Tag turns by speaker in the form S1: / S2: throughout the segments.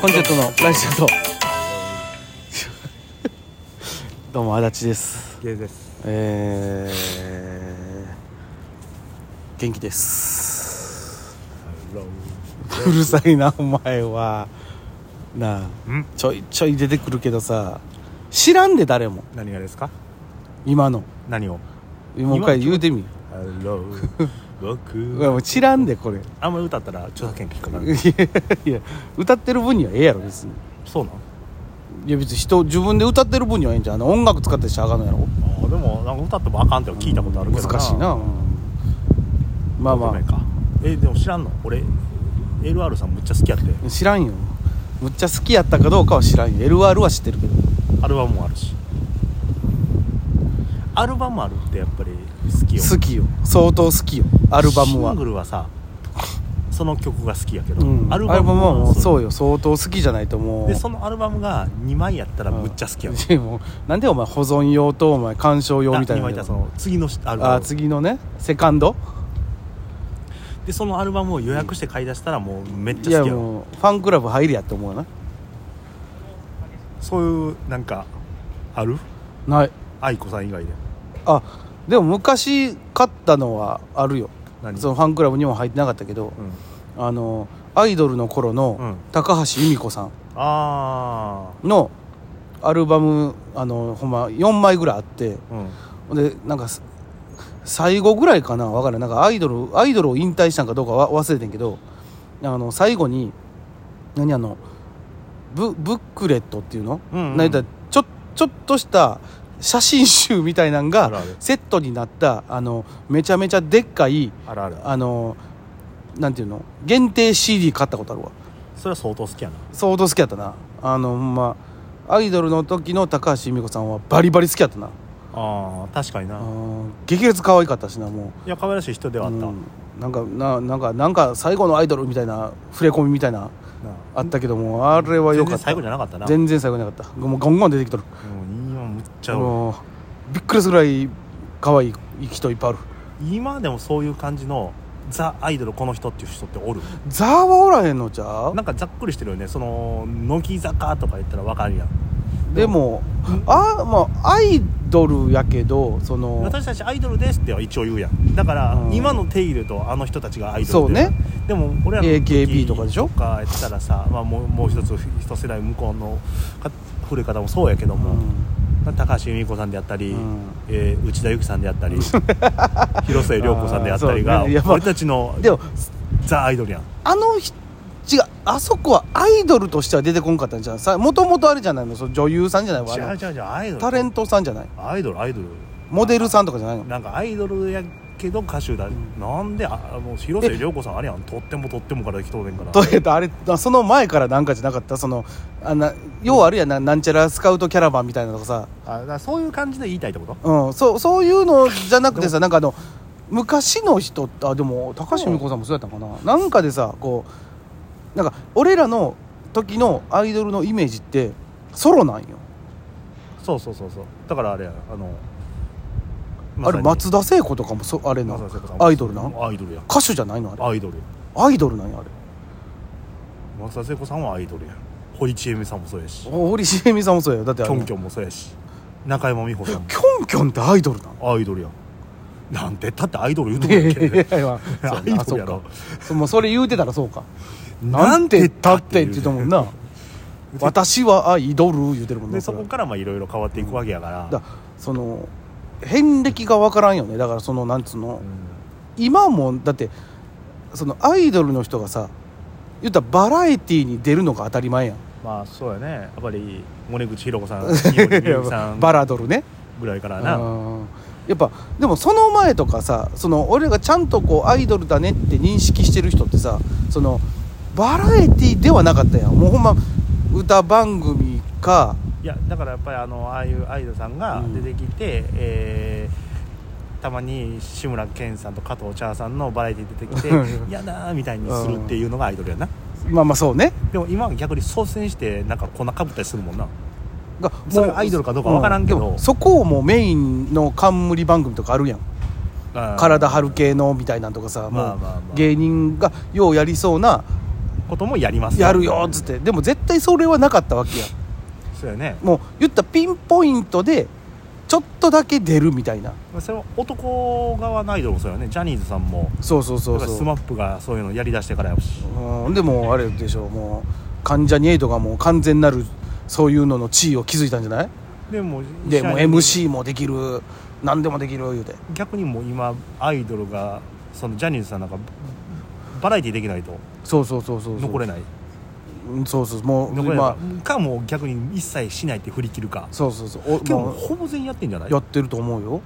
S1: コンチェルトのラジオと どうも足立です
S2: ゲイです
S1: えー、元気ですうるさいなお前はなあ
S2: ん
S1: ちょいちょい出てくるけどさ知らんで誰も
S2: 何がですか
S1: 今の
S2: 何を
S1: もう一回言うてみ
S2: ハ ロー
S1: いや
S2: 僕
S1: もう知らんでこれ
S2: あんまり歌ったら著作権聞くから
S1: いやいや歌ってる分にはええやろ別に
S2: そうなん
S1: いや別に人自分で歌ってる分にはええんじゃんあの音楽使ってしゃあかんのやろ
S2: あーでもなんか歌ってもあかんって聞いたことあるけど
S1: 難しいな、うんまあ
S2: ご
S1: ま
S2: めんかえでも知らんの俺 LR さんむっちゃ好きやって
S1: あ知らんよむっちゃ好きやったかどうかは知らんよ LR は知ってるけど
S2: アルバムもあるしアルバムあるってやっぱり好きよ
S1: 好きよ相当好きよアルバムは
S2: シングルはさその曲が好きやけど、
S1: うん、アルバムはもうそうよ相当好きじゃないともう
S2: でそのアルバムが2枚やったらむっちゃ好きやん
S1: いやもうなんでお前保存用とお前鑑賞用みたい
S2: あ二枚
S1: な
S2: やったらその次のしアル
S1: あ
S2: バ
S1: あ
S2: ム
S1: 次のねセカンド
S2: でそのアルバムを予約して買い出したらもうめっ
S1: い
S2: ち
S1: や
S2: ゃ好きやん
S1: もうファンクラブ入りやって思うな
S2: そういうなんかある
S1: ない
S2: 愛子さん以外で
S1: あでも昔買ったのはあるよ
S2: 何
S1: そのファンクラブにも入ってなかったけど、
S2: うん、
S1: あのアイドルの頃
S2: う
S1: の
S2: ん
S1: 高橋由美子さ
S2: あ
S1: んのアルバムあのほんま4枚ぐらいあって
S2: あうん
S1: でなんかす最後ぐらいかな分からんなんかアイドルアイドルを引退したんかどうかは忘れてんけどあの最後に何あのブブックレットっていうの、
S2: うんうん
S1: なんかちょちょっとした写真集みたいなん
S2: あるあ
S1: が
S2: る
S1: セットになったあのめちゃめちゃでっかい
S2: あるある
S1: あのなんていうの限定 CD 買ったことあるわ
S2: それは相当好きやな
S1: 相当好きやったなあのほんまアイドルの時の高橋由美子さんはバリバリ好きやったな
S2: あー確かにな、
S1: あー激烈可愛かったしなも
S2: いや可愛らしい人で
S1: う
S2: はあった、
S1: うんなんかななんかなんか最後のアイドルみたいな触れ込みみたいな
S2: な
S1: あったけどもあれは良
S2: 全
S1: か
S2: 然
S1: った
S2: 最後じゃなかったな
S1: 全然最後じゃなかったもうゴンゴン出てきとる
S2: もういいよむっちゃ
S1: もうびっくりするぐらい可愛い人いっぱいある
S2: 今でもそういう感じのザ・アイドルこの人っていう人っておる
S1: ザーはおらへんのちゃう
S2: なんかざっくりしてるよねその乃木坂とか言ったらわかるやん
S1: でもあまあアイドルやけどその
S2: 私たちアイドルですっては一応言うやんだから
S1: うん
S2: 今の手入れとあの人たちがアイドルで
S1: そうね
S2: でも俺らの
S1: AKB とかでしょ
S2: とかやったらさ、まあ、もうもう一つ一世代向こうのか古い方もそうやけども、高橋由美子さんであったり、
S1: うん
S2: えー内田有紀さんであったり 広末涼子さんであったり
S1: あー
S2: が、
S1: そうねいやまあ
S2: 俺たちの
S1: でも
S2: ザ・アイドルやん
S1: あの人違うあそこはアイドルとしては出てこんかったんじゃんもともとあれじゃないのその女優さんじゃないの
S2: 違
S1: あ
S2: う
S1: の
S2: 違う違うアイドル
S1: タレントさんじゃない
S2: アイドルアイドル
S1: モデルさんとかじゃないの
S2: なんかアイドルやけど歌手だ、なんでああの広末涼子さんあれやんとってもとってもから来とうねんから
S1: とえとあれあその前からなんかじゃなかったそのあな要はあるやななんちゃらスカウトキャラバンみたいなのとかさ、
S2: あだからそういう感じで言いたいってこと
S1: うん、そうそういうのじゃなくてさなんかあの昔の人ってあでも高橋由美子さんもそうやったのかななんかでさこうなんか俺らの時のアイドルのイメージってソロなんよ
S2: そうそうそうそうだからあれやあの
S1: あれ松田聖子とかもそあれなアイドルなん
S2: アイドルや
S1: 歌手じゃないのあれ
S2: アイドルや
S1: アイドルなんやあれ
S2: 松田聖子さんはアイドルや堀ちえみさんもそうやし
S1: 堀ちえみさんもそうやよだってあ
S2: きょ
S1: れ
S2: んきょんもそうやし中山美穂さん
S1: キョンキョンってアイドルなの
S2: もアイドルやなんてだってアイドル言うと
S1: いやい
S2: こやんけ
S1: やいや
S2: ア
S1: そう
S2: イ
S1: なあ
S2: ド
S1: そ
S2: ル
S1: う
S2: や
S1: か
S2: ろ
S1: そもうそれ言うてたらそうかなんてったってって言うたもんな私はアイドル言うてるもん
S2: で
S1: な
S2: そ
S1: それ
S2: こ
S1: は
S2: からまあいろいろ変わっていくわけやから、
S1: だその遍歴が分からんよねだからそのなんつうの
S2: う
S1: 今もだってそのアイドルの人がさ言ったらバラエティーに出るのが当たり前やん
S2: んまあそうやねやっぱり森口博 子さん井森美幸さん
S1: バラドルね
S2: ぐらいからな
S1: うんやっぱでもその前とかさその俺がちゃんとこうアイドルだねって認識してる人ってさそのバラエティではなかったやんもうほんま歌番組か
S2: いやだからやっぱりあのああいうアイドルさんが出てきて、えーたまに志村けんさんと加藤茶さんのバラエティ出てきて
S1: うん
S2: 「やだー」みたいにするっていうのがアイドルやな
S1: まあまあそうね
S2: でも今は逆に率先してなんか粉かぶったりするもんな
S1: が
S2: それがアイドルかどうかわからんけど
S1: うでもそこをもうメインの冠番組とかあるやん
S2: あー
S1: 体張る系のみたいなんとかさ、
S2: まあ
S1: も
S2: まあまあ
S1: う芸人がようやりそうな
S2: こともやります
S1: やるよっつってでも絶対それはなかったわけや
S2: そうやね
S1: もう言ったらピンポイントでちょっとだけ出るみたいな
S2: まあそれは男側のアイドルもそうやねジャニーズさんも
S1: そうそうそうそう
S2: スマップがそういうのやりだしてからやし
S1: うんでもあれでしょもう関ジャニエイトがもう完全なるそういうのの地位を築いたんじゃない
S2: でも
S1: でもう
S2: 試
S1: MC
S2: 合に
S1: もできる何でもできる言うて
S2: 逆にもう今アイドルがそのジャニーズさんなんかバラエティできないと
S1: そうそうそうそうそう
S2: 残れない
S1: うんそうそうもう
S2: 残れ
S1: 今
S2: ないかもう逆に一切しないって振り切るか
S1: そうそうそうお
S2: でも
S1: も
S2: ほぼ全員やってんじゃないう
S1: やってると思うよ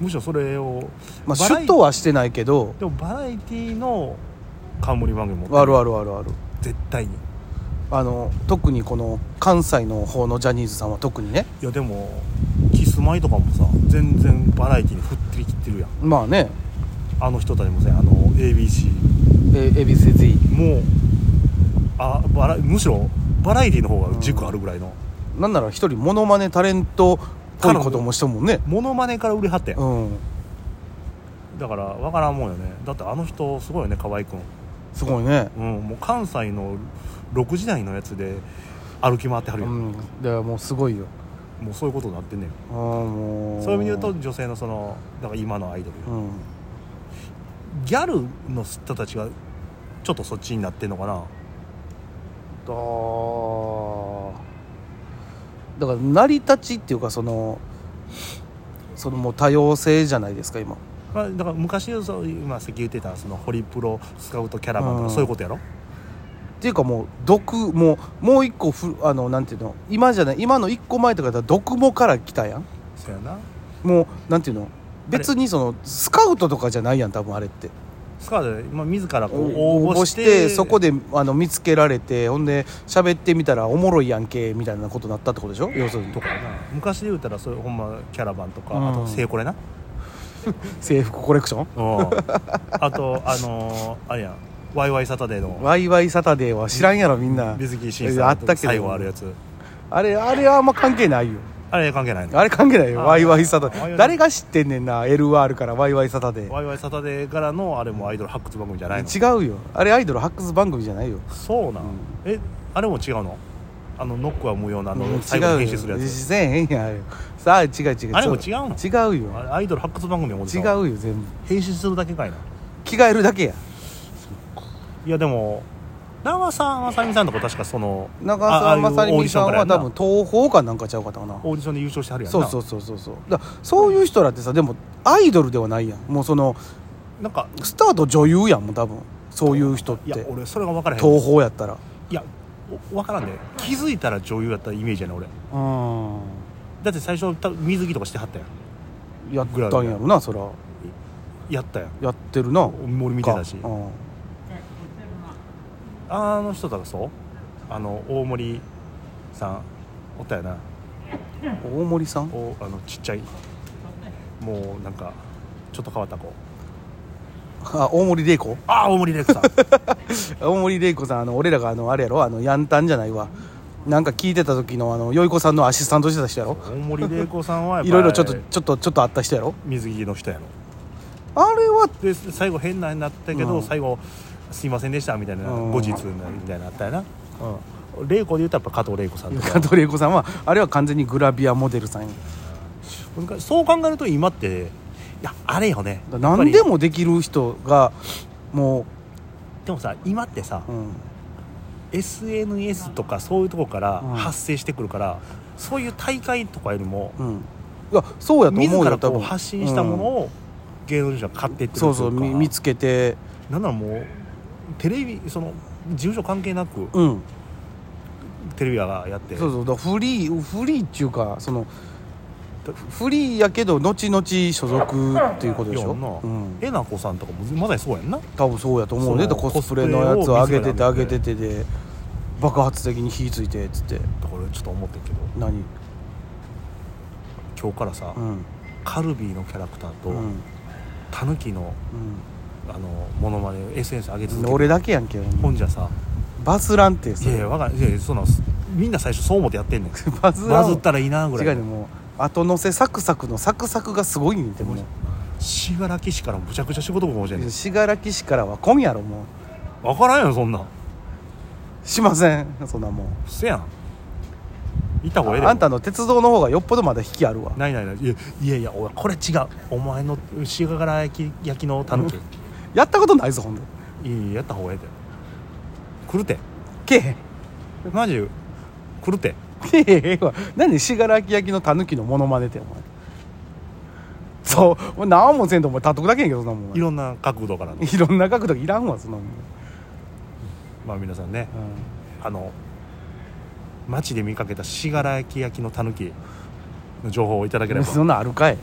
S2: むしろそれを
S1: まあ
S2: バラエ
S1: 首都はしてないけど
S2: でもバラエティの冠番組も
S1: あるあ
S2: る
S1: るあるある
S2: 絶対に
S1: あの特にこの関西の方のジャニーズさんは特にね
S2: いやでもキスマイとかもさ全然バラエティに振ってきってるやん
S1: まあね
S2: あの人たちもさあの ABC
S1: え ABCZ
S2: もうあバラむしろバラエティの方が軸あるぐらいの、
S1: なんなら一人モノマネタレントっぽいこともしたもんね
S2: モノマネから売れはったやん
S1: うん
S2: だからわからんもんよねだってあの人すごいよね河合君
S1: すごいね
S2: うんもう関西の6時台のやつで歩き回ってはる
S1: う
S2: やん、
S1: んでもうすごいよ
S2: もうそういうことになってんねん
S1: あーも
S2: そういう意味で言うと女性のそのだから今のアイドルよ、
S1: うん
S2: ギャルの人たちがちょっとそっちになってんのかな
S1: だだから成り立ちっていうかそのそのもう多様性じゃないですか今
S2: まあ、だから昔のそういう、まあ、さっき言ってたそのホリプロスカウトキャラバンと
S1: うん
S2: かそういうことやろ、
S1: っていうかもう毒もうもう一個ふあのなんていうの今じゃない今の一個前とかだったら毒もから来たやん
S2: そうやな
S1: もうなんていうの別にそのスカウトとかじゃないやん多分あれって
S2: スカウトで、まあ、自らこう
S1: 応
S2: 応
S1: 募
S2: 募
S1: し
S2: してて
S1: そこであの見つけられてほんで喋ってみたらおもろいやんけみたいなことになったってことでしょ要するに
S2: とかやな昔で言うたらそういうほんまキャラバンとか、
S1: うん
S2: あと聖これな
S1: 制服コレクション
S2: あとあのーあれやん「ワイワイサタデー」の
S1: ワイワイサタデーは知らんやろみんな
S2: 水木しん
S1: あ
S2: さ
S1: っ
S2: ん
S1: たけど
S2: と最後あるやつ
S1: あれあれはあんま関係ないよ
S2: あれ関係ないの
S1: あれ関係ないよ
S2: あ
S1: ワイワイサタデ
S2: ワイワ
S1: ー
S2: イ
S1: 誰が知ってんねんな LR からワイワイサタデ
S2: 「ワイワイサタデー」からのあれもアイドル発掘番組じゃないの
S1: ー違うよあれアイドル発掘番組じゃないよ
S2: そうなん、えあれも違うのあのノックは無用なあの
S1: うん
S2: 最後に
S1: 違う
S2: 編集する
S1: よ
S2: やつ
S1: せえへんやんあれさあ違う違う
S2: あれも違うの
S1: 違う
S2: あ
S1: よ
S2: れアイドル発掘番組も
S1: 違うよ全部
S2: 編集するだけかいな
S1: 着替えるだけや
S2: いやでも長澤まさみさんとか確かその
S1: 長
S2: ああ
S1: 澤
S2: あいう
S1: まさ
S2: オーデ
S1: み
S2: ィシ
S1: さ
S2: ョン
S1: ん
S2: からや
S1: は
S2: んな
S1: 多分東宝かなんかちゃうかったかな
S2: オーディションで優勝してはるやんな
S1: そうそうそうそうそうだそういう人らってさでもアイドルではないやんもうその
S2: なんか
S1: スタート女優やんもう多分そういう人っ
S2: いや
S1: て
S2: 俺それが分からへん
S1: 東宝やったら
S2: いや分からんで気づいたら女優やったイメージやね俺
S1: うん
S2: だって最初多分水着とかしてはったやん
S1: やったんやろなそら
S2: やったやん
S1: やってるな
S2: 俺見てたし
S1: かうん
S2: あの人だからそうあの大森さんおったよな
S1: 大森さん
S2: おあのちっちゃいもうなんかちょっと変わった子
S1: あ大森玲子
S2: ああ大森レ クさん
S1: 大森玲子さんあの俺らがあのあれやろあのヤンタンじゃないわなんか聞いてた時のあのよい子さんのアシスタントしてた人やろ
S2: 大森玲子さんはやっぱり
S1: いろいろちょっとちょっとちょっとあった人やろ
S2: 水着の人やろ
S1: あれは
S2: で最後変なになったけど、
S1: うん
S2: 最後「すいませんでした」みたいな、
S1: うん
S2: 後日みたいなのあったよな、うん、玲子で言ったらやっぱ加藤玲子さん と
S1: 加
S2: か
S1: 藤玲子さんはあれは完全にグラビアモデルさんや
S2: 難しいそう考えると今っていやあれよね
S1: だから何で
S2: やっぱ
S1: もできる人がも
S2: りでもさ今ってさ、
S1: う、うん、
S2: SNS とかそういうとこから
S1: うん
S2: 発生してくるから、そういう大会とかよりも
S1: うん、いやそうやと思
S2: 自
S1: うよ
S2: ら
S1: 多
S2: こう
S1: 分
S2: 発信したもの
S1: を、
S2: を芸能人が買っていっ
S1: う
S2: て
S1: ん
S2: る
S1: そうそうみ見つけて
S2: けなんならもうテレビその事務所関係なく
S1: うん
S2: テレビがやって
S1: そうそうだからフリーフリーっていうかそのフリーやけど後々所属っていうことでしょ、
S2: いやな
S1: うん、
S2: えなこさんとかもまさにそうやんな
S1: 多分そうやと思うね
S2: そ
S1: で
S2: の
S1: コスプレのやつを上げてて
S2: コ
S1: 上
S2: スプレ
S1: げて
S2: を見せら
S1: てで爆発的に火ついてっつって
S2: だからちょっと思ってんけど
S1: 何
S2: 今日からさ、
S1: うん
S2: カルビーのキャラクター
S1: う
S2: と、
S1: ん、
S2: タヌキのあのモノマネを SNS 上げ
S1: う
S2: 続
S1: ん、
S2: けて
S1: 俺だけやんけ
S2: ほんじゃさ
S1: バズらんって
S2: いやいやわかんいやいやそんなんみんな最初そう思ってやってんねん
S1: バズらん
S2: バズったらいいなぐらい
S1: 違うねもう後乗せサクサクのサクサクがすごいねんてもう
S2: 信楽市からむちゃくちゃ仕事来るかもしれない
S1: 信楽市からは今やろもう
S2: 分からんよそんなん
S1: しませんそんなもん
S2: せやん行った方がええで
S1: あんたの鉄道の方がよっぽどまだ引きあるわ
S2: ないないないいやいやいやおいこれ違うお前の牛柄焼き焼きのたぬき
S1: やったことないぞほんで
S2: いいやった方がええで来るて
S1: けえ
S2: マジ来るて
S1: へんけえへんわ何信楽焼きのたぬきのモノマネってお前そうもう何もせんとお前立っとくだけやんけどそんなもんお
S2: い
S1: 前
S2: ろんな角度から の
S1: いろんな角度いらんわそんなもん、
S2: まあ皆さんね
S1: うん
S2: あの街で見かけた信楽焼きのたぬきの情報をいただければ
S1: そんなんあるかい